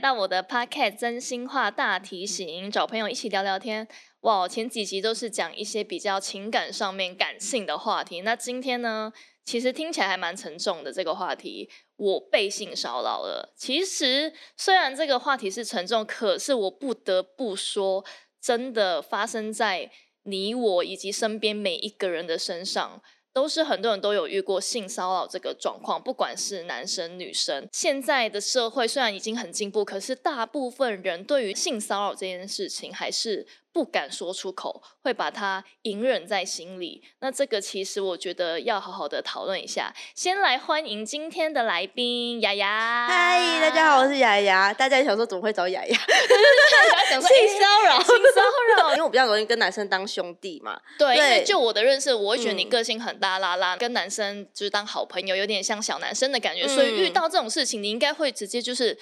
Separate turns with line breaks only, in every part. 到我的 Podcast 真心话大提醒，找朋友一起聊聊天。哇，前几集都是讲一些比较情感上面感性的话题，那今天呢，其实听起来还蛮沉重的这个话题。我被性骚扰了。其实虽然这个话题是沉重，可是我不得不说，真的发生在你我以及身边每一个人的身上。都是很多人都有遇过性骚扰这个状况，不管是男生女生。现在的社会虽然已经很进步，可是大部分人对于性骚扰这件事情还是不敢说出口，会把它隐忍在心里。那这个其实我觉得要好好的讨论一下。先来欢迎今天的来宾雅雅。
嗨，大家好，我是雅雅。大家想说怎么会找雅雅？
雅雅想说
性
哎
骚扰，
性骚
因为我比较容易跟男生当兄弟嘛。
对，因为
对
就我的认识，我会觉得你
嗯
个性很大啦啦，跟男生就是当好朋友，有点像小男生的感觉，所以遇
嗯
到这种事情，你应该会直接就是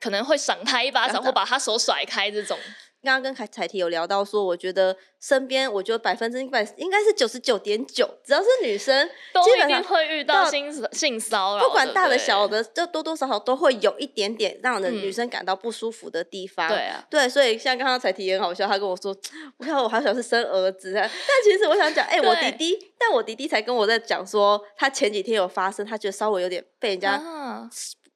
可能会赏他一巴掌，
赏
或
他
把他手甩开这种。
刚刚跟凯彩提有聊到说，我觉得身边，我觉得百分之百应该是九十九点九，只要是女生，
都
基
一
本
定
上
会遇到
到
性性骚扰，
不管大
对
的
对
小，的，就多多少少都会有一点点让人
嗯
女生感到不舒服的地方。
对啊，
对，所以像刚刚才提也很好笑，他跟我说，我看我好想是生儿子啊，但其实我想讲，哎、我弟弟，但我弟弟才跟我在讲说，他前几天有发生，他觉得稍微有点被人家
啊，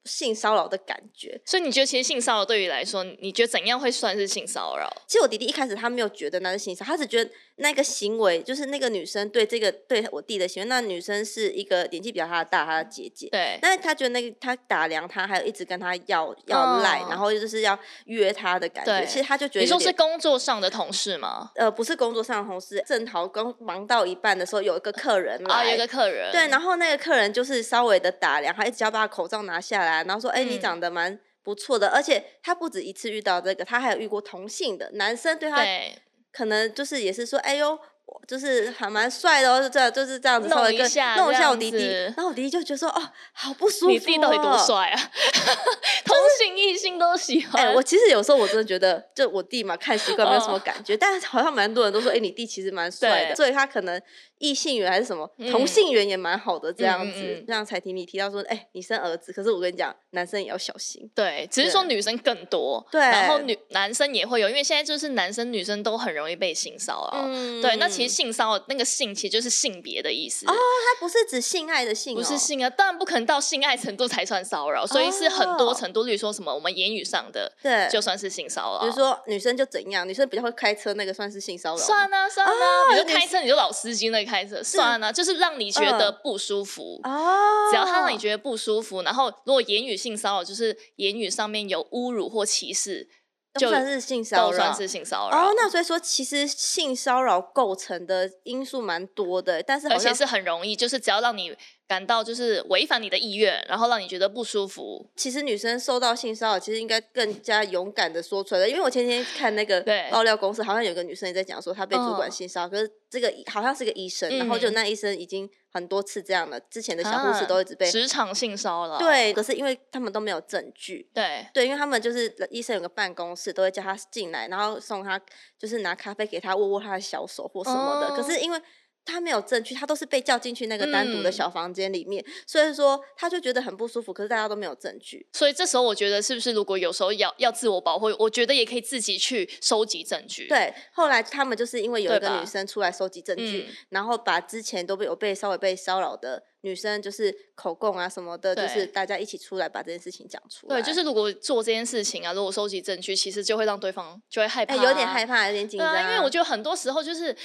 性骚扰的感觉。
所以你觉得其实性骚扰对于来说，你觉得怎样会算是性骚扰？
其实我弟弟一开始他没有觉得那是性骚扰，他只觉得那个行为就是那个女生对这个对我弟的行为，那女生是一个年纪比较他大，他的姐姐。
对，
那他觉得那个他打量他，还有一直跟他要要赖，
哦
然后就是要约他的感觉。
对
其实他就觉得
你
有
说是
点
工作上的同事吗？
呃，不是工作上的同事，正好刚忙到一半的时候，有一个客人来，
啊，有一个客人，
对，然后那个客人就是稍微的打量，他一直要把口罩拿下来，然后说：“哎、你
嗯
长得蛮不错的。而且他不止一次遇到这个，他还有遇过同性的男生对他，
对，
可能就是也是说：“哎呦。”我就是还蛮帅的、哦，就这样就是这样子，稍
弄
微
一
跟
下
弄一
这
下我
样
弟弟
子，
然后我弟弟就觉得说，哦，好不舒服、哦。
你自己到底多？帅啊？ 同性异性都喜欢。
哎、我其实有时候我真的觉得，就我弟嘛，看习惯没有什么
啊哦
感觉，但是好像蛮多人都说，哎、你弟其实蛮帅
对
的，所以他可能异性缘还是什么、
嗯
同性缘也蛮好的这样子。
嗯嗯嗯
这样才提你提到说，哎、你生儿子，可是我跟你讲，男生也要小心。
对，只是说
对
女生更多，
对
然后女男生也会有，因为现在就是男生女生都很容易被性骚扰。
嗯
对，那其实性骚扰那个性其实就是性别的意思，
他不是指性爱的性、哦，
不是性啊，当然不可能到性爱程度才算骚扰，所以是很多
哦
程度，例如说什么我们言语上的
对，
就算是性骚扰，
比如说女生就怎样，女生比较会开车，那个算是性骚扰吗。
算啊算啊，比如
有点
开车你就老司机那个开车，算啊，就是让你觉得不舒服，
嗯哦，
只要他让你觉得不舒服，然后如果言语性骚扰就是言语上面有侮辱或歧视，
都
就
算是性骚
都
扰
算。是性骚扰。
哦，那所以说，其实性骚扰构成的因素蛮多的，但是好
而
像
且是很容易，就是只要让你感到就是违反你的意愿，然后让你觉得不舒服。
其实女生受到性骚扰，其实应该更加勇敢的说出来的。因为我前天看那个
对
爆料公司，好像有个女生也在讲说她被主管
嗯
性骚扰，可是这个医好像是个医生，然后就
嗯
那医生已经很多次这样了，之前的小护士都一直被、
啊职场性骚扰。
对，可是因为他们都没有证据。
对，
对，因为他们就是医生有个办公室，都会叫他进来，然后送他就是拿咖啡给他握握他的小手或什么的。可
哦
是因为他没有证据，他都是被叫进去那个单独的
嗯
小房间里面，所以说他就觉得很不舒服。可是大家都没有证据，
所以这时候我觉得是不是如果有时候要要自我保护，我觉得也可以自己去收集证据。，
对，后来他们就是因为有
对
一个
吧
女生出来收集证据，
嗯
然后把之前都被有被稍微被骚扰的女生，就是口供啊什么的，就
对
是大家一起出来把这件事情讲出来。
对，就是如果做这件事情啊，如果收集证据，其实就会让对方就会害怕、
哎、有点害。怕，有点紧
对
张、
啊，因为我觉得很多时候就是。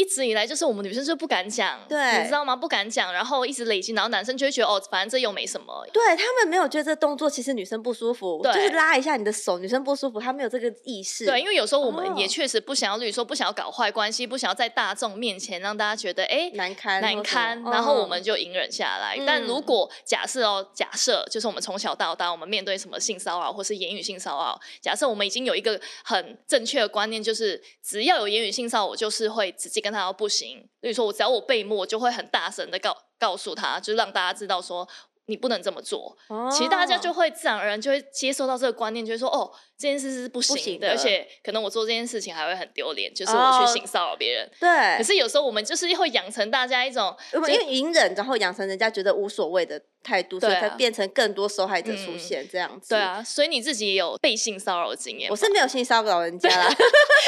一直以来就是我们女生就不敢讲，
对
你知道吗？不敢讲，然后一直累积，然后男生就会觉得哦，反正这又没什么，
对他们没有觉得这动作其实女生不舒服，就
对
是拉一下你的手，女生不舒服，她没有这个意识。
对，因为有时候我们也
哦
确实不想要，例如说不想要搞坏关系，不想要在大众面前让大家觉得哎
难堪或什
难
么
堪，然后我
嗯
们就隐忍下来。但如
嗯
果假设哦，假设就是我们从小到大，我们面对什么性骚扰或是言语性骚扰，假设我们已经有一个很正确的观念，就是只要有言语性骚扰，我就是会直接跟他说不行。例如说我只要我被摸，我就会很大声的告告诉他，就是让大家知道说。你不能这么做。
哦
其实大家就会自然而然就会接受到这个观念，就会说哦，这件事是不行的，
行的
而且可能我做这件事情还会很丢脸，就是我
哦
去性骚扰别人。
对，
可是有时候我们就是会养成大家一种
因为因为隐忍，然后养成人家觉得无所谓的态度，所以
对啊
才变成更多受害者出
嗯
现这样子。
对，啊，所以你自己也有被性骚扰的经验吗？
我是没有性骚扰人家啦。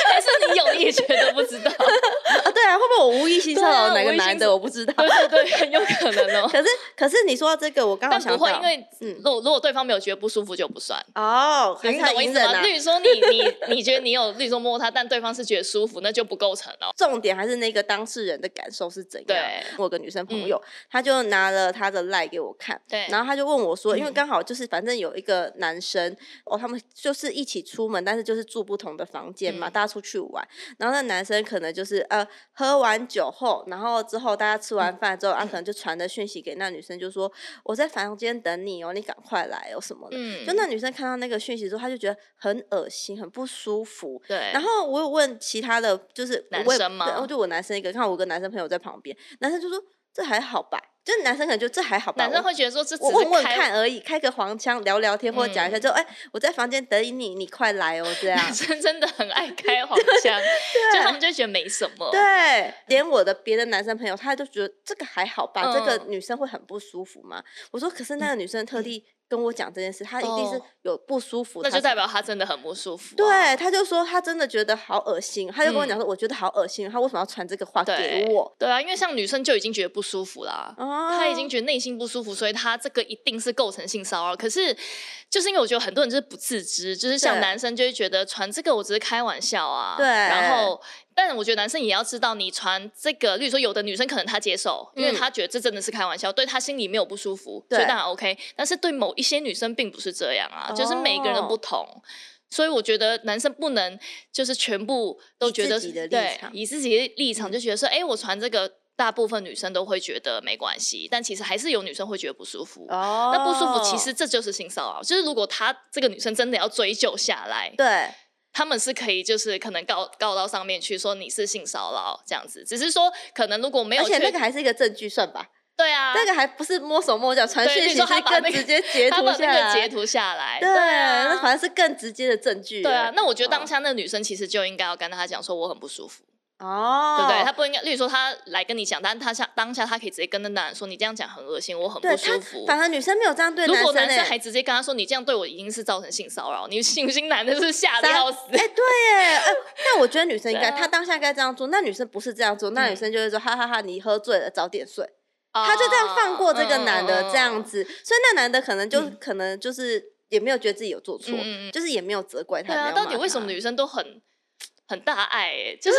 还是你有你也觉得不知 道？
啊，对啊，会不会我无意性骚扰
对啊
哪
无
个
意性
男的？我不知道。
对对对，很有可能哦。
可是可是你说到这个，我刚好
但
想
不
到
会，因为
嗯
如果如果对方没有觉得不舒服就不算。
哦，还
你
是他
懂我意
隐
思
忍
吗？
啊。
例如说 你你你觉得你有，例如说摸他，但对方是觉得舒服，那就不构成哦。
重点还是那个当事人的感受是怎样。
对嗯
我有个女生朋友，她就拿了她的赖给我看，
对，
然后她就问我说，因为
嗯
刚好就是反正有一个男生哦，他们就是一起出门，但是就是住不同的房间嘛，
嗯
大家出去玩，然后那男生可能就是呃喝完酒后，然后之后大家吃
嗯
完饭之后，啊可能就传了讯息给那女生，就说我在房间等你哦，你赶快来哦什么的。
嗯
就那女生看到那个讯息之后，她就觉得很恶心，很不舒服，
对，
然后我有问其他的，就是
男
我也
生吗
对哦就我男生一个，看我跟男生朋友在旁边，男生就说这还好吧，就是男生可能就这还好吧，
男生
我
会觉得说这只
我问
是
问
开。嗯
看而已，开个黄腔聊聊天或者讲一下，就哎、我在房间等你，你快来哦这样。
男生 真的很爱开黄腔，就他们就觉得没什么。
对，连我的别的男生朋友，他就觉得这个还好吧，这个
嗯
女生会很不舒服吗？我说，可是那个女生特地跟我讲这件事，她一定是
哦
有不舒服，
那
她
就
才
代表他真的很不舒服啊、
对，他就说他真的觉得好恶心，他就跟我讲说，我觉得好恶心，他为什么要传这个话给
嗯对
我？
对啊，因为像女生就已经觉得不舒服啦。
哦
他已经觉得内心不舒服，所以他这个一定是构成性骚扰。可是，就是因为我觉得很多人就是不自知，就是像
对
男生就会觉得传这个我只是开玩笑啊，
对
然后，但我觉得男生也要知道，你传这个，例如说有的女生可能她接受，因为
嗯
她觉得这真的是开玩笑，对她心里没有不舒服，
对
所以当然 OK。但是对某一些女生并不是这样啊，就是每个人都
哦
不同。所以我觉得男生不能就是全部都
以
觉
自
得
己
是
的立
对
场
以自己的立场就
嗯
觉得说，哎、我传这个，大部分女生都会觉得没关系，但其实还是有女生会觉得不舒服。
哦
那不舒服其实这就是性骚扰，就是如果她这个女生真的要追究下来，
对
他们是可以就是可能告告到上面去说你是性骚扰这样子，只是说可能如果没有
而且
确
那个还是一个证据算吧，
对啊，
那个还不是摸手摸脚传
对
讯
你
息，
说他
是
把那
更
个
直接截
他
图
把
下
那个
来，
截图下来，
对，
啊，
那反正是更直接的证据了。
对啊，那我觉得当
嗯
下那个女生其实就应该要跟他讲说我很不舒服。
哦，
对不对？他不应该，例如说他来跟你讲，但他下当下他可以直接跟那男人说：“你这样讲很恶心，我很
对
不
他
舒服。
反而女生没有这样对”
如果
生
男
欸
生还直接跟他说：“你这样对我已经是造成性骚扰，你信不信？”男的是吓得
三
要死。
哎、对耶，哎、那我觉得女生应该，
对啊
她当下该这样做，那女生不是这样做，那女
嗯
生就会说，哈哈哈，你喝醉了，早点睡。
他
他就这样放过这个男的这样。
啊嗯嗯嗯嗯
子，所以那男的可能就、
嗯
可能就是也没有觉得自己有做错，
嗯嗯嗯
就是也没有责怪他。
对啊，
没有骂
到底为什么
他
女生都很？很大爱、欸，就是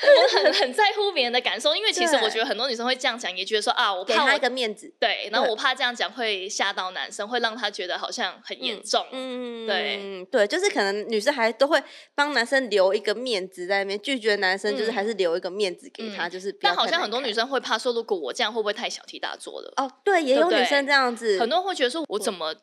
我很很在乎别人的感受，因为其实
啊对
我觉得很多女生会这样讲，也觉得说啊，我
给
怕
他
我
一个面子？
对，然后
对
我怕这样讲会吓到男生，会让他觉得好像很严重。
嗯，
对
对，就是可能女生还都会帮男生留一个面子在那边，拒绝男生就是
嗯
还是留一个面子给他，
嗯
就是不
但
要
好
太
像
难
很多
看
女生会怕说，如果我这样会不会太小题大做了？
哦，对，也
对
有
不
女
对
生这样子，
很多人会觉得说，我怎么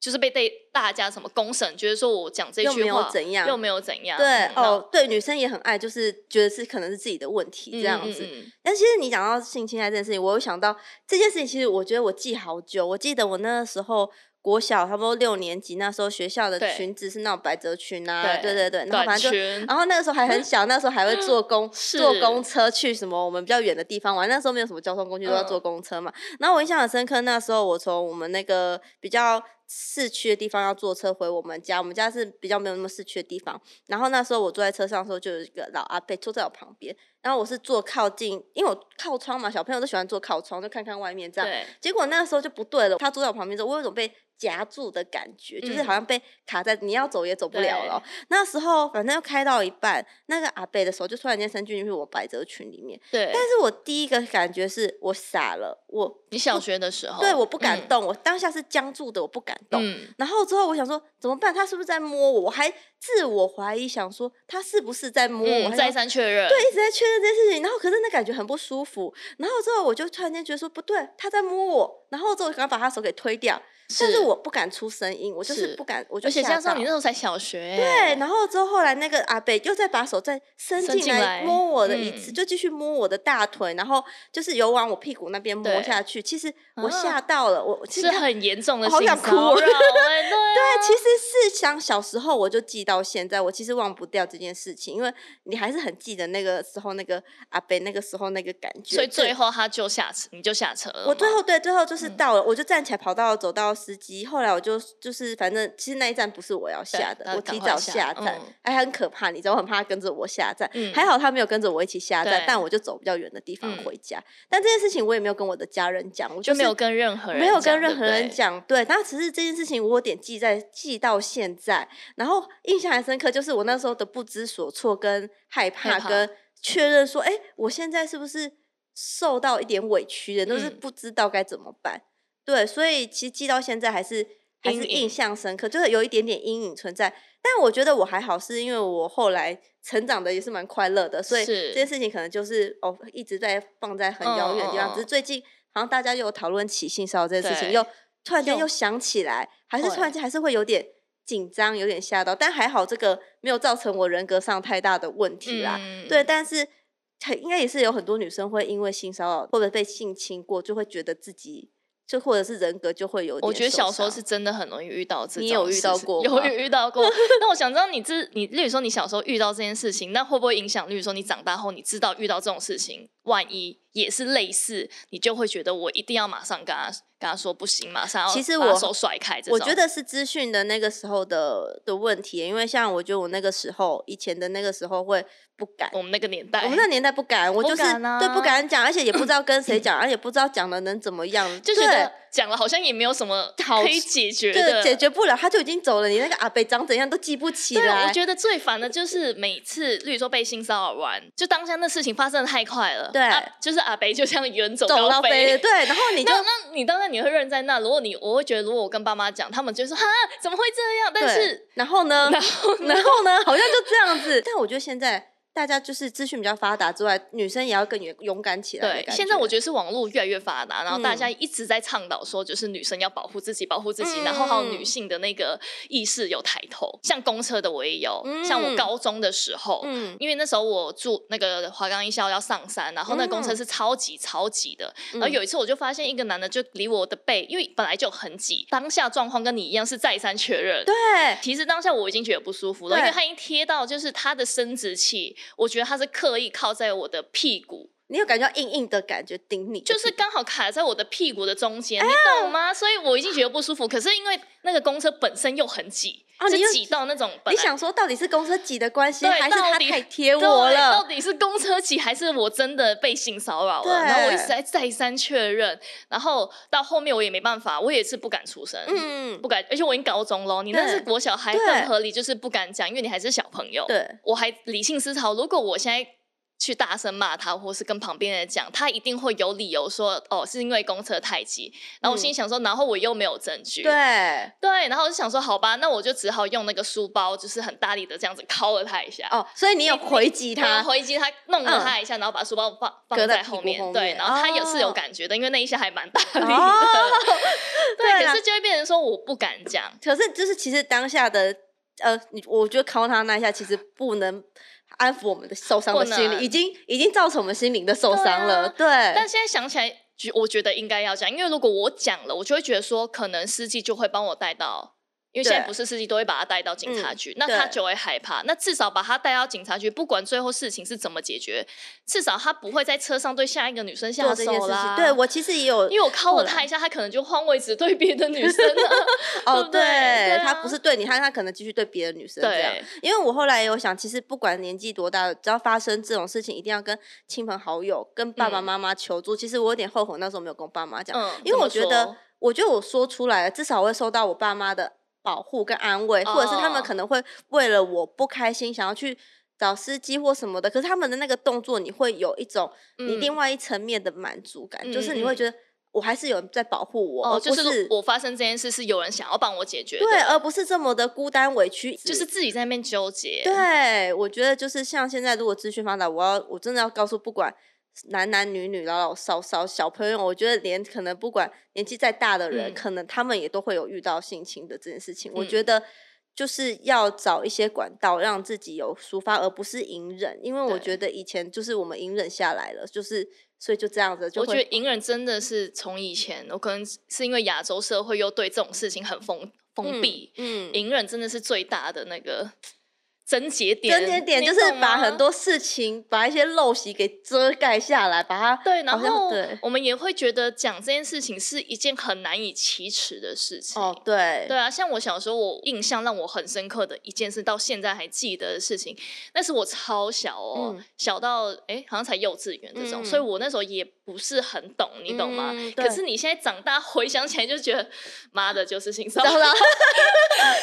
就是被对大家怎么公审，觉得说我讲这句
又
话
没有怎样
又没有怎样，
对、
嗯，
哦，对，女生也很爱，就是觉得是可能是自己的问题
那
这样子。
嗯嗯嗯
但其实你讲到性侵害这件事情，我有想到这件事情，其实我觉得我记好久。我记得我那时候国小差不多六年级，那时候学校的
对
裙子是那种百褶裙啊，对
对
对对，然后
短
反正就。啊
裙
然后那个时候还很小，那时候还会坐公
是
坐公车去什么我们比较远的地方玩。那时候没有什么交通工具，都要
嗯
坐公车嘛。然后我印象很深刻，那时候我从我们那个比较市区的地方要坐车回我们家，我们家是比较没有那么市区的地方。然后那时候我坐在车上的时候，就有一个老阿伯坐在我旁边，然后我是坐靠近，因为我靠窗嘛，小朋友都喜欢坐靠窗，就看看外面这样。
对，
结果那时候就不对了，他坐在我旁边之后，我有一种被夹住的感觉，就是
嗯
好像被卡在，你要走也走不了了。那时候反正又开到一半，那个阿伯的手就突然间伸进去我百褶裙里面，
对，
但是我第一个感觉是我傻了，我
你小学的时候，
对我不敢
嗯
动，我当下是僵住的，我不敢动。
嗯，
然后之后我想说怎么办？他是不是在摸我？我还自我怀疑，想说他是不是在摸我？
嗯
还
再
想
三确认，
对，一直在确认这件事情，然后可是那感觉很不舒服，然后之后我就突然间觉得说不对，他在摸我，然后之后我赶快把他手给推掉，但是我不敢出声音，我就是
是
不敢，我就
而且
吓
加上
到
你那时候才小学，
对，，然后之后后来那个阿贝又再把手再伸
伸
进
进
来
来
摸我的一次，
嗯
就继续摸我的大腿，然后就是有往我屁股那边摸
对
下去。其实我
啊
吓到了，我其实
是
看
很严重的
我好
性
想
骚
哭
扰，
哦
哎对啊
对，其实是想小时候我就记到现在，我其实忘不掉这件事情，因为你还是很记得那个时候那个阿贝那个时候那个感觉。
所以最
对
后他就下车，你就下车了吗。
我最后对最后就是
嗯
到了，我就站起来跑到走到司机，后来我就就是反正其实那一站不是我要下的
那，
我
赶
提
快
早
下
下站
嗯，
哎、很可怕，你知道我很怕他跟着我下站，
嗯
还好他没有跟着我一起下站
对，
但我就走比较远的地方
嗯
回家。但这件事情我也没有跟我的家人讲，我
就没
是
有跟任何人
没有跟
讲
任何人，
对
讲，对。然后只是这件事情我有点记在记到现在，然后印象很深刻，就是我那时候的不知所措跟害怕，
害怕
跟确认说，哎，我现在是不是受到一点委屈的，都是
嗯
不知道该怎么办。对，所以其实记到现在还是还是
阴
印
影
象深刻，就是有一点点阴影存在。但我觉得我还好，是因为我后来成长的也是蛮快乐的，所以
是
这件事情可能就是哦一直在放在很遥远的
嗯
地方。
嗯嗯
只是最近好像大家又有讨论起性骚扰这件事情，
对
又突然间
又
又想起来，还是突然
会
间还是会有点紧张，有点吓到。但还好这个没有造成我人格上太大的问题啦。
嗯
对，但是很应该也是有很多女生会因为性骚扰或者被性侵过，就会觉得自己就或者是人格就会有点
我觉得
受
小时候
伤
是真的很容易遇到这种事情，
你有遇到 过
有
吗
遇遇到过。那我想知道你自你，例如说你小时候遇到这件事情，那会不会影响？例如说你长大后，你知道遇到这种事情，万一也是类似，你就会觉得我一定要马上跟他跟他说不行，马上要
其实
把他
我
手甩开这种。
我觉得是资讯的那个时候的的问题，因为像我觉得我那个时候以前的那个时候会不敢。
我们那个年代，
我们那年代不敢，我
不
就是
敢啊
对不敢讲，而且也不知道跟谁讲，而且不知道讲了能怎么样，
就觉得
对
讲了好像也没有什么
好
可以解决
对
的，
解决不了，他就已经走了，你那个阿北长怎样都记不起
对，
来
我。觉得最烦的就是每次，例如说被性骚扰完，就当下那事情发生的太快了，
对
啊就是阿北就像远走
走
高
到飞
飞。
了，对，然后你就
那那你当然你会认在那，如果你我会觉得，如果我跟爸妈讲，他们就说哈怎么会这样？但
对
是
然后呢，
然后呢
然后呢，好像就这样子。但我觉得现在大家就是资讯比较发达之外，女生也要更勇勇敢起来的
对
感，觉。
现在我觉得是网络越来越发达，然后大
嗯
家一直在倡导说，就是女生要保护自己，保护自己，
嗯
然后还有女性的那个意识有抬头。像公车的我也有，像我
嗯
高中的时候，
嗯，
因为那时候我住那个华冈艺校要上山，然后那个公车
嗯
是超级超级的，然后
嗯
有一次我就发现一个男的就离我的背，因为本来就很挤，当下状况跟你一样是再三确认。
对，
其实当下我已经觉得不舒服了，
对
因为他已经贴到就是他的生殖器，我觉得他是刻意靠在我的屁股，
你有感觉到硬硬的感觉顶你的屁股，
就是刚好卡在我的屁股的中间，你
啊
懂吗？所以我已经觉得不舒服。可是因为那个公车本身又很挤，
哦你
是
又
挤到那种本
你
来
想说到底是公车挤的关系，
对
还是
到
他
底
太贴
对
我
到
了？
底是公车骑还是我真的被性骚扰
对
了？然后我一直在再三确认，然后到后面我也没办法，我也是不敢出声。
嗯，
不敢，而且我已经高中喽，你
对
那是国小还
对
更合理，就是不敢讲，因为你还是小朋友。，
对，
我还理性思考，如果我现在去大声骂他，或是跟旁边人讲，他一定会有理由说，哦，是因为公车太挤。然后我心里想说，然后我又没有证据。
对，
对，然后我就想说，好吧，那我就只好用那个书包，就是很大力的这样子敲了他一下。
哦，所以你有
你
回击
我
他，嗯
回击他，弄了他一下，然后把书包放
搁
放
在
在
屁
后
股
面，
后
对，
面
然后他也是有
哦
感觉的，因为那一下还蛮大力的，
哦 对啊
对，
啦
可是就会变成说我不敢讲，
可是就是其实当下的呃，你我觉得考他那一下其实不能安抚我们的受伤的
不
心理，
能啊
已经已经造成我们心灵的受伤了。对,、
但现在想起来，觉我觉得应该要讲，因为如果我讲了，我就会觉得说，可能司机就会帮我带到。因为现在
对
不是司机都会把他带到警察局，那
对
他就会害怕。那至少把他带到警察局，不管最后事情是怎么解决，至少他不会在车上对下一个女生下
做这件
手
事
啦
情，。对我其实也有
因为我敲
后
了
来
他一下，他可能就换位置对别的女生啊 了。
哦，
对不对对啊
他不是对你，他他可能继续对别的女生这样。
对，啊
因为我后来也有想，其实不管年纪多大，只要发生这种事情，一定要跟亲朋好友、跟爸爸
嗯
妈妈求助。其实我有点后悔，那时候没有跟我爸妈讲，
嗯，
因为
怎么
我觉得
说，
我觉得我说出来了，至少会受到我爸妈的保护跟安慰，或者是他们
哦
可能会为了我不开心，想要去。找司机或什么的，可是他们的那个动作，你会有一种你
嗯
另外一层面的满足感，
嗯
就是你
嗯
会
嗯
觉得我还是有人在保护我，
哦，
而
就
不
是我发生这件事是有人想要帮我解决的，
对，而不是这么的孤单委屈，
就是自己在那边纠结。
对，我觉得就是像现在，如果资讯发达，我要我真的要告诉不管男男女女、老老少少、小朋友，我觉得连可能不管年纪再大的人，
嗯
可能他们也都会有遇到性侵的这件事情。我
嗯
觉得就是要找一些管道让自己有抒发，而不是隐忍，因为
对
我觉得以前就是我们隐忍下来了，就是所以就这样子就
我
会。
觉得隐忍真的是从以前，我可能是因为亚洲社会又对这种事情很封封
嗯
闭，
嗯，
隐、忍真的是最大的那个症结点。
根结点
你
就是
懂
把
吗
很多事情，把一些陋习给遮盖下来，把它
对，然
好像
后
对
我们也会觉得讲这件事情是一件很难以启齿的事情。
哦，对
对啊，像我小时候，我印象让我很深刻的一件事，到现在还记得的事情，那是我超小哦，
嗯
小到哎、诶好像才幼稚园这种，
嗯
所以我那时候也不是很懂，你懂吗？
嗯对
可是你现在长大回想起来，就觉得妈的，就是性骚
然后
扰。
然后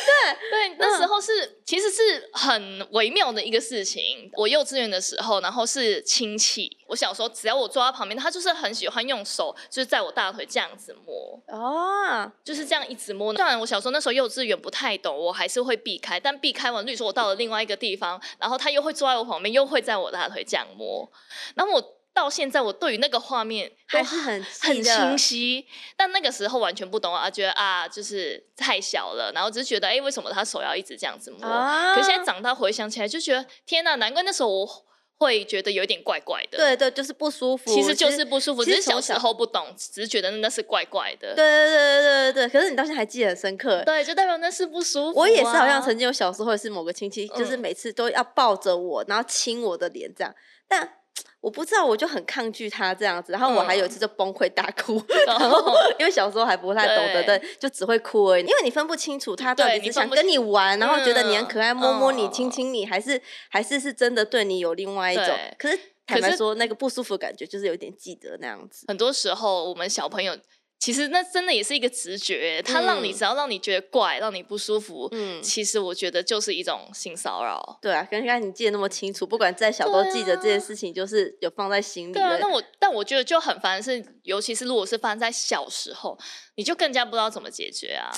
对，那
嗯
时候是、其实是很微妙的一个事情。我幼稚园的时候，然后是亲戚，我小时候只要我坐他旁边，他就是很喜欢用手，就是在我大腿这样子摸。
哦，
就是这样一直摸。当然，我小时候那时候幼稚园不太懂，我还是会避开。但避开完，例如说我到了另外一个地方，然后他又会坐在我旁边，又会在我大腿这样摸。然后我到现在，我对于那个画面都
还是很
很
细的
清晰，但那个时候完全不懂啊，觉得啊就是太小了，然后只是觉得哎、为什么他手要一直这样子摸？
啊
可是现在长大回想起来，就觉得天呐，难怪那时候我会觉得有点怪怪的。。
对对，就是不舒服，
其实就是不舒服，
其
只
实
是小
从
时
小
候不懂，只是觉得那是怪怪的。
对对对对对对，可是你到现在还记得很深刻。欸
对，就代表那是不舒服、啊
我也是，好像曾经有小时候也是某个亲戚，就是
嗯
每次都要抱着我，然后亲我的脸这样，但我不知道，我就很抗拒他这样子，然后我
嗯
还有一次就崩溃大哭，然后因为小时候还不太懂得，
对
对，就只会哭而已，因为你分不清楚他到
对
底
你分
是想
不
跟
清
你玩，然后觉得你很可爱，摸摸你、
嗯
亲亲你，还是还是是真的对你有另外一种
对，
可是
可
坦白
是
说，那个不舒服的感觉就是有点记得那样子，
很多时候我们小朋友其实那真的也是一个直觉，他让你
嗯
只要让你觉得怪，让你不舒服，
嗯。
其实我觉得就是一种性骚扰。
对啊，跟刚才你记得那么清楚，不管再小都
对
记得
啊
这件事情，就是有放在心里
对啊
的，
那我但我觉得就很烦是，尤其是如果是发生在小时候，你就更加不知道怎么解决啊。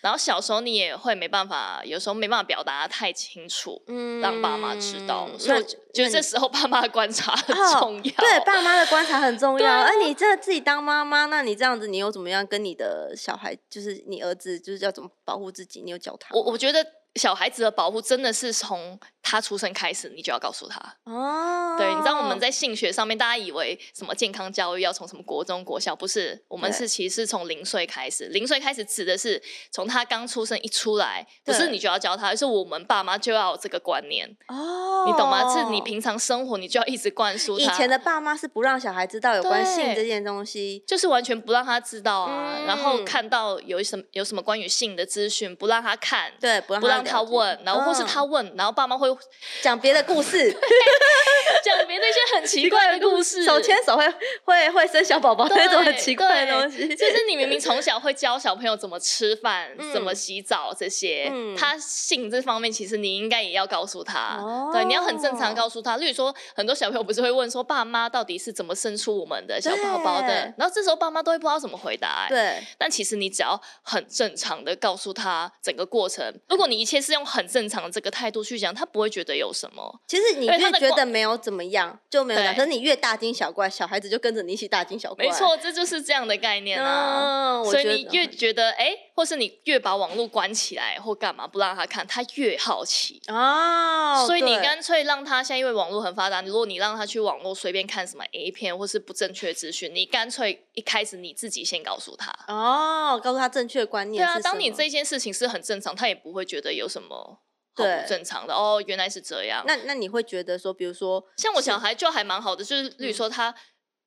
然后小时候你也会没办法，有时候没办法表达得太清楚，
嗯
让爸妈知道。所以
那
我觉
那
得这
你
时候爸妈的观察 很
哦
重要。
对爸妈的观察很重
对
要。
啊
而你真的自己当妈妈，那你这样子，你又怎么样跟你的小孩，就是你儿子，就是要怎么保护自己？你有教他
我
吗？
我觉得小孩子的保护真的是从他出生开始，你就要告诉他。
哦，
对，你知道我们在性学上面，大家以为什么健康教育要从什么国中、国小，不是？我们
对
是其实是从零岁开始，零岁开始指的是从他刚出生一出来，不是
对
你就要教他，而是我们爸妈就要有这个观念，
哦，
你懂吗？是你平常生活你就要一直灌输他。
以前的爸妈是不让小孩知道有关性
对
这件东西。
就是完全不让他知道啊，然后
嗯
看到有什么有什么关于性的资讯，不让他看，
对，不让
不让他
了解
问，然后或是
嗯
他问，然后爸妈会
讲别的 故事，
讲别那些很奇怪的故事。
手牵手会会会生小宝宝
对
那种很奇怪的
对
东西，
就是你明明从小会教小朋友怎么吃饭、
嗯
怎么洗澡这些，
嗯
他性这方面其实你应该也要告诉他，
哦
对，你要很正常告诉他。例如说，很多小朋友不是会问说，爸妈到底是怎么生出我们的小宝宝的
对？
然后这时候爸妈都会不知道怎么回答、哎
对。
但其实你只要很正常的告诉他整个过程，如果你一切是用很正常的这个态度去讲，他不会觉得有什么。
其实你
因为他
越
的
觉
光
得没有怎么样，就没有
对
讲。可是你越大惊小怪，小孩子就跟着你一起大惊小怪。
没，错，这就是这样的概念啊。
嗯，我
所以
觉
你
得
越觉得哎、诶或是你越把网络关起来或干嘛不让他看，他越好奇。
哦，
所以你
对
干脆让他现在因为网络很发达，如果你让他去网络随便看什么 A 片或是不正确资讯，你干脆一开始你自己先告诉他。
哦，告诉他正确的观
对
念是
啊，
什么。
当你这件事情是很正常，他也不会觉得有什么好
对
不正常的哦，原来是这样。
那那你会觉得说，比如说，
像我小孩就还蛮好的，就是例如
嗯
说他，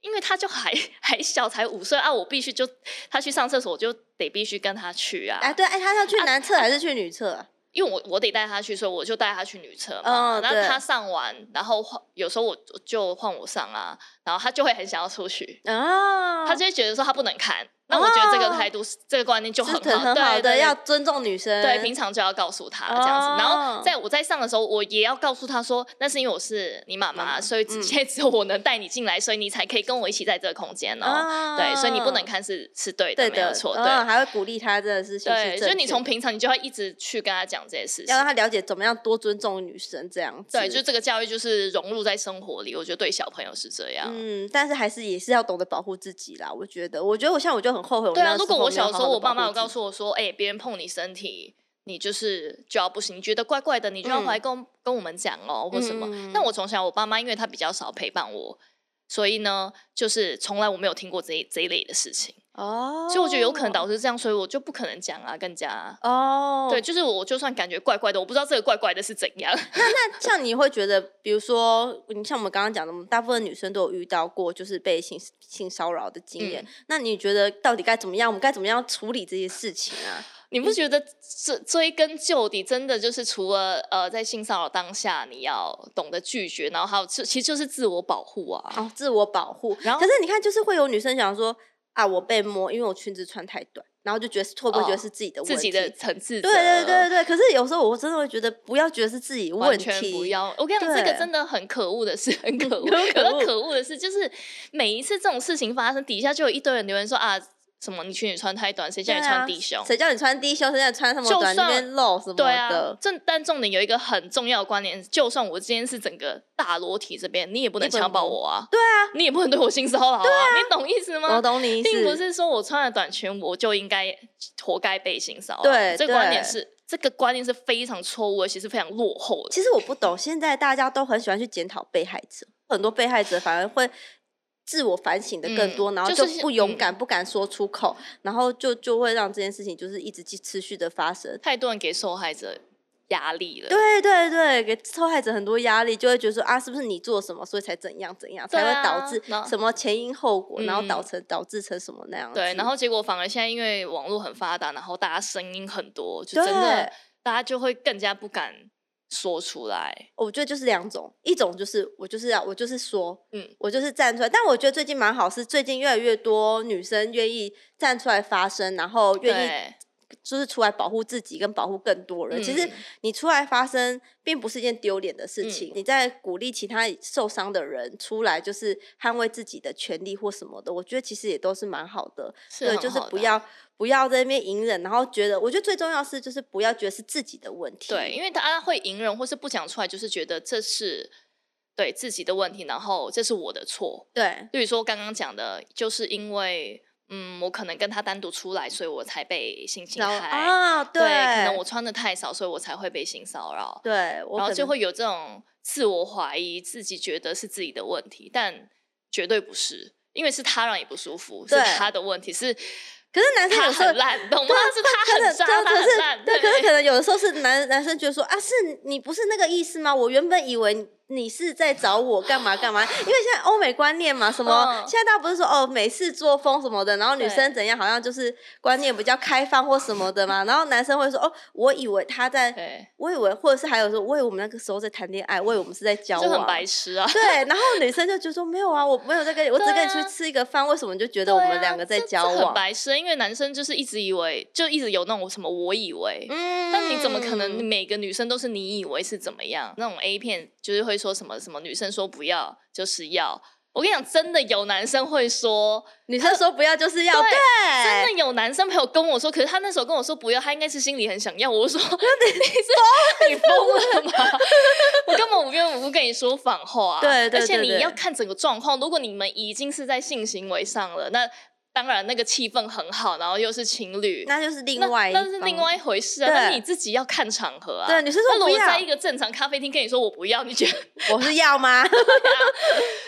因为他就还 还小，才五岁啊，我必须就他去上厕所，我就得必须跟他去啊。
哎，对，哎，他要去男厕还是去女厕啊？
因为我我得带他去，所以我就带他去女厕嘛。
哦
然后
对
他上完，然后换有时候我就换我上啊，然后他就会很想要出去，
哦，
他就会觉得说他不能看。那我觉得这个态度是、这个观念就很
是
好，
很很
对
好的，
对
要尊重女生。
对平常就要告诉他这样子。
哦
然后在我在上的时候，我也要告诉他说，那是因为我是你妈妈，
妈妈
所以只
嗯
现在只 有我能带你进来，所以你才可以跟我一起在这个空间哦。
哦，
对，所以你不能看是是对的，
对
没有
的，
错。
嗯
对、
还会鼓励他这个事情
对，
是
所以
正
你
确
从
的
平常你就要一直去跟他讲这些事情
要。让他了解怎么样多尊重女生这样子。
对，就这个教育就是融入在生活里，我觉得对小朋友是这样。
嗯，但是还是也是要懂得保护自己啦。我觉得，我觉得我像我就很后悔我
对
那
啊，
时
如果
候
我
没
小
有
时
好
候
好地
我爸
保
妈
护
有告
自己
诉我说，哎、别人碰你身体，你就是就要不行，你觉得怪怪的，你就要回来跟、跟我们讲哦，或什么。
嗯
但我从小我爸妈因为他比较少陪伴我，所以呢，就是从来我没有听过这一这一类的事情，
哦，
所以我觉得有可能导致这样，所以我就不可能讲啊，更加。
哦，
对，就是我，就算感觉怪怪的，我不知道这个怪怪的是怎样。
像你会觉得，比如说，你像我们刚刚讲的，大部分女生都有遇到过就是被性性骚扰的经
嗯
验。那你觉得到底该怎么样？我们该怎么样处理这些事情啊？
你不觉得这追根究底，真的就是除了呃，在性骚扰当下，你要懂得拒绝，然后还有自，其实就是自我保护啊。
哦，自我保护。
然后
可是你看，就是会有女生想说啊，我被摸，因为我裙子穿太短，然后就觉得是会不会觉得
哦
是自己的问题？
自己的层次，
对对对对。可是有时候我真的会觉得，不要觉得是自己问
完
题，
全不要。我跟你讲，这
对
个真的很可恶的事，很可恶。
很
有
可
的
恶
可恶的事就是，每一次这种事情发生，底下就有一堆人留言说啊，什么你裙子穿太短，谁叫
对
你
啊
穿低胸？
谁叫你穿低胸？谁叫你穿什么
就
短那
算
边露什么
对啊
的，？
这但重点有一个很重要的观念，就算我今天是整个大裸体这边，你也不能
你不能
强暴我啊，对啊，你也不能对我性骚扰啊，你懂意思
我
吗？
懂你意思，
并不是说我穿了短裙我就应该活该被性骚扰，
对
这个观点
对
是这个观念是非常错误，而且是非常落后的。
其实我不懂，现在大家都很喜欢去检讨被害者，很多被害者反而会自我反省的更多，
嗯
然后
就
就是不勇敢、不敢说出口，然后就就会让这件事情就是一直继持续的发生。
太多人给受害者压力了。
对对对，给受害者很多压力，就会觉得说啊，是不是你做什么，所以才怎样怎样，
对
才
啊
会导致
然后
什么前因后果，然后导
嗯
成导致成什么那样子。
对然后结果反而现在因为网络很发达，然后大家声音很多，就真的
对
大家就会更加不敢说出来。
我觉得就是两种，一种就是我就是要我就是说，
嗯
嗯，我就是站出来。但我觉得最近蛮好，是最近越来越多女生愿意站出来发声，然后愿意
对，
就是出来保护自己跟保护更多人。其实
嗯
你出来发声，并不是一件丢脸的事情，你在鼓励其他受伤的人出来，就是捍卫自己的权利或什么的。我觉得其实也都是蛮好的，
是
对，
很
就是
好
不
的啊
要不要在那边隐忍，然后觉得我觉得最重要是就是不要觉得是自己的问题，
对，因为大家会隐忍或是不讲出来，就是觉得这是对自己的问题，然后这是我的错。
对
例如说刚刚讲的，就是因为嗯，我可能跟他单独出来，所以我才被性侵
然后
害。
啊，
对，可能我穿的太少，所以我才会被性骚扰。
对，我
然后
可
就
能
会有这种自我怀疑，自己觉得是自己的问题，但绝对不是，因为是他让你不舒服，是
对
他的问题，是
可是男生
他
有时候啊
很。烂，懂吗？是
真
他
的，
很
真
渣，
的，
他
可
很烂，
是对，可是
对
可能有的时候是男男生觉得说啊，是你不是那个意思吗？我原本以为你你是在找我干嘛干嘛，因为现在欧美观念嘛，什么、
嗯
现在大家不是说哦美式作风什么的，然后女
对
生怎样好像就是观念比较开放或什么的嘛，然后男生会说哦，我以为他在，
对，
我以为或者是还有说，我以为我们那个时候在谈恋爱，我以为我们是在交
就
往，
很白痴啊。
对，然后女生就觉得说没有啊，我没有在跟你，我只
对
跟你去
啊
吃一个饭，为什么你就觉得我
对
们
啊
两个在
这这
交
很
往？
白痴，因为男生就是一直以为，就一直有那种什么我以为。
嗯
但你怎么可能每个女生都是你以为是怎么样？那种 A 片就是会说什么什么女生说不要就是要。我跟你讲，真的有男生会说，
女生说不要就是要？
对
对，
真
哎
的有男生朋友跟我说，可是他那时候跟我说不要，他应该是心里很想要。 我就说你是你疯了吗？ 我根本无缘无故跟你说反话、啊。
对对
而且
对
你
对
要看整个状况。如果你们已经是在性行为上了，那当然那个气氛很好，然后又是情侣，
那就是另
那
外一
那是
方
另外一回事啊。
对
那你自己要看场合啊。
对，女生
那
说
如
不
果
要
在一，个正常咖啡厅跟你说我不要，你觉得
我是要吗？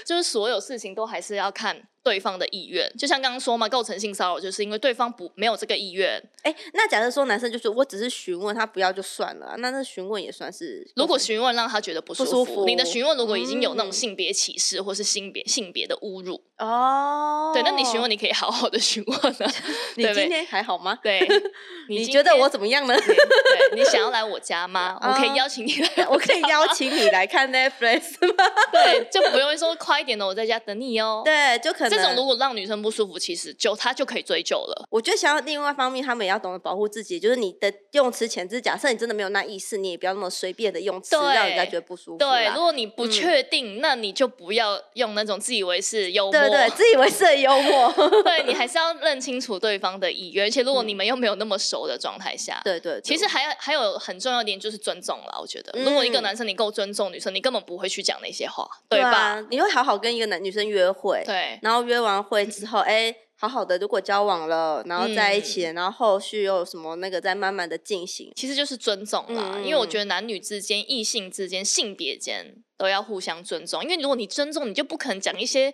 就是所有事情都还是要看对方的意愿。就像刚刚说嘛，构成性骚扰，就是因为对方不没有这个意愿。
哎，那假设说男生就是我只是询问他不要就算了啊，那那询问也算是
如果询问让他觉得不舒服，
不舒服
你的询问如果已经有那种
嗯
性别歧视或是性别性别的侮辱，
哦，
对，那你询问你可以好好的询问 啊。
你
对不对
今天还好吗？
对，
你
今
觉得
天
我怎么样呢？
对 对你想要来我家 吗？我可以
啊
邀请你来
我可以邀请你来看 Netflix 吗？
对，就不用说快一点的，我在家等你哦。
对，就可能
这这种
能
如果让女生不舒服，其实就她就可以追究了。
我觉得想要另外一方面，他们也要懂得保护自己，就是你的用词遣字，假设你真的没有那意思，你也不要那么随便的用词，
对
让人家觉得不舒服
对，
啦。
如果你不
嗯
确定，那你就不要用那种自以为是幽默，
对对，自以为是的幽默。
对你还是要认清楚对方的意愿。而且如果
嗯
你们又没有那么熟的状态下，
对对，对
其实还有还有很重要一点就是尊重啦。我觉得，如果一个
嗯
男生你够尊重女生，你根本不会去讲那些话，
对
吧？
啊？你会好好跟一个男女生约会，
对嗯
然后约完会之后，哎、好好的，如果交往了，然后在一起，然后后续又有什么那个，再慢慢的进行。
其实就是尊重啦，
嗯嗯
因为我
嗯
觉得男女之间、异性之间、性别间都要互相尊重。因为如果你尊重，你就不可能讲一些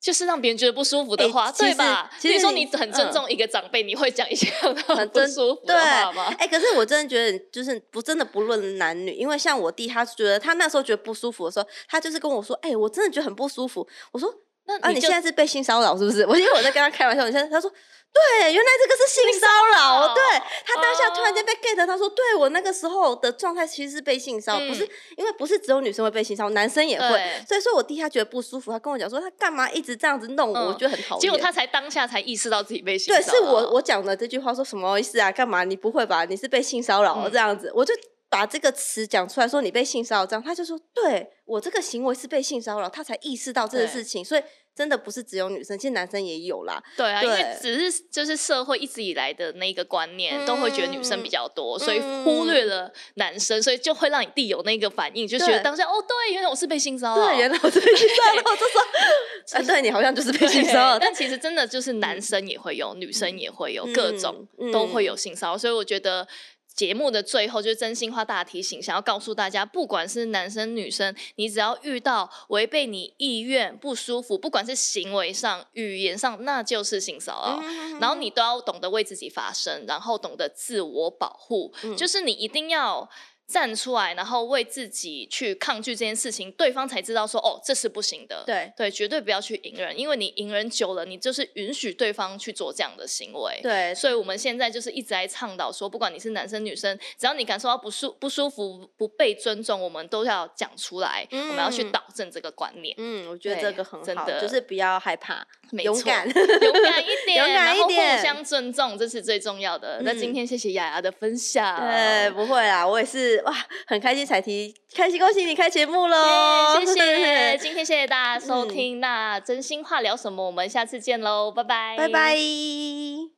就是让别人觉得不舒服的
哎
话，
其
对
实
吧？
其
比如
实
说
你
你很尊
嗯
重一个长辈，你会讲一些让他
很
不
尊
舒服
对，
的话吗？
哎、可是我真的觉得，就是不真的不论男女，因为像我弟，他觉得他那时候觉得不舒服的时候，他就是跟我说，哎、我真的觉得很不舒服。我说，
那
啊，你
就
现在是被性骚扰是不是？我因为我在跟他开玩笑，你现在他说。对，原来这个是性骚
扰
扰。对他当下
哦
突然间被 get，他说：“对我那个时候的状态其实是被性骚扰，不是
嗯
因为不是只有女生会被性骚扰，男生也会
对。
所以说我弟他觉得不舒服，他跟我讲说他干嘛一直这样子弄我，我
嗯
觉得很讨厌。
结果他才当下才意识到自己被啊性
对，
骚
是
扰
我我讲的这句话说什么意思啊？干嘛？你不会吧？你是被性骚扰了啊
嗯
这样子？我就把这个词讲出来，说你被性骚扰这样，他就说对我这个行为是被性骚扰，他才意识到这个
对
事情，所以真的不是只有女生，其实男生也有啦。
对啊，因为
对
只是就是社会一直以来的那个观念，都会觉得女生比较多，所以忽
嗯
略了男生，所以就会让你弟有那个反应，就觉得
对
当下哦，对，原来我是被性骚扰，
对，原来我是被性骚扰，我就说，啊，对你好像就是被
对
性骚 扰，
但其实真的就是男生也会有，女生也会有，
嗯
各种
嗯
都会有性骚扰，所以我觉得。节目的最后就是真心话大提醒，想要告诉大家，不管是男生女生，你只要遇到违背你意愿、不舒服，不管是行为上、语言上，那就是性骚扰。
嗯
然后你都要懂得为自己发声，然后懂得自我保护，
嗯
就是你一定要站出来，然后为自己去抗拒这件事情，对方才知道说哦，这是不行的。
对
对，绝对不要去隐忍，因为你隐忍久了，你就是允许对方去做这样的行为。
对
所以我们现在就是一直在倡导说，不管你是男生女生，只要你感受到不舒不舒服、不被尊重，我们都要讲出来，我们要去
嗯
导正这个观念。
嗯，我觉得
对
这个很
真
好，
的
就是不要害怕，
没
嗯勇
错
敢
勇敢一点，
勇
然
敢一
后
点
互相尊重，这是最重要的。那今
嗯
天谢谢雅雅的分享，
对，呃不会啦，我也是哇，很开心彩题，开心恭喜你开节目喽，
耶谢 谢，今天谢谢
嗯
大家收听。那真心话聊什么？我们下次见喽，拜拜，
拜拜。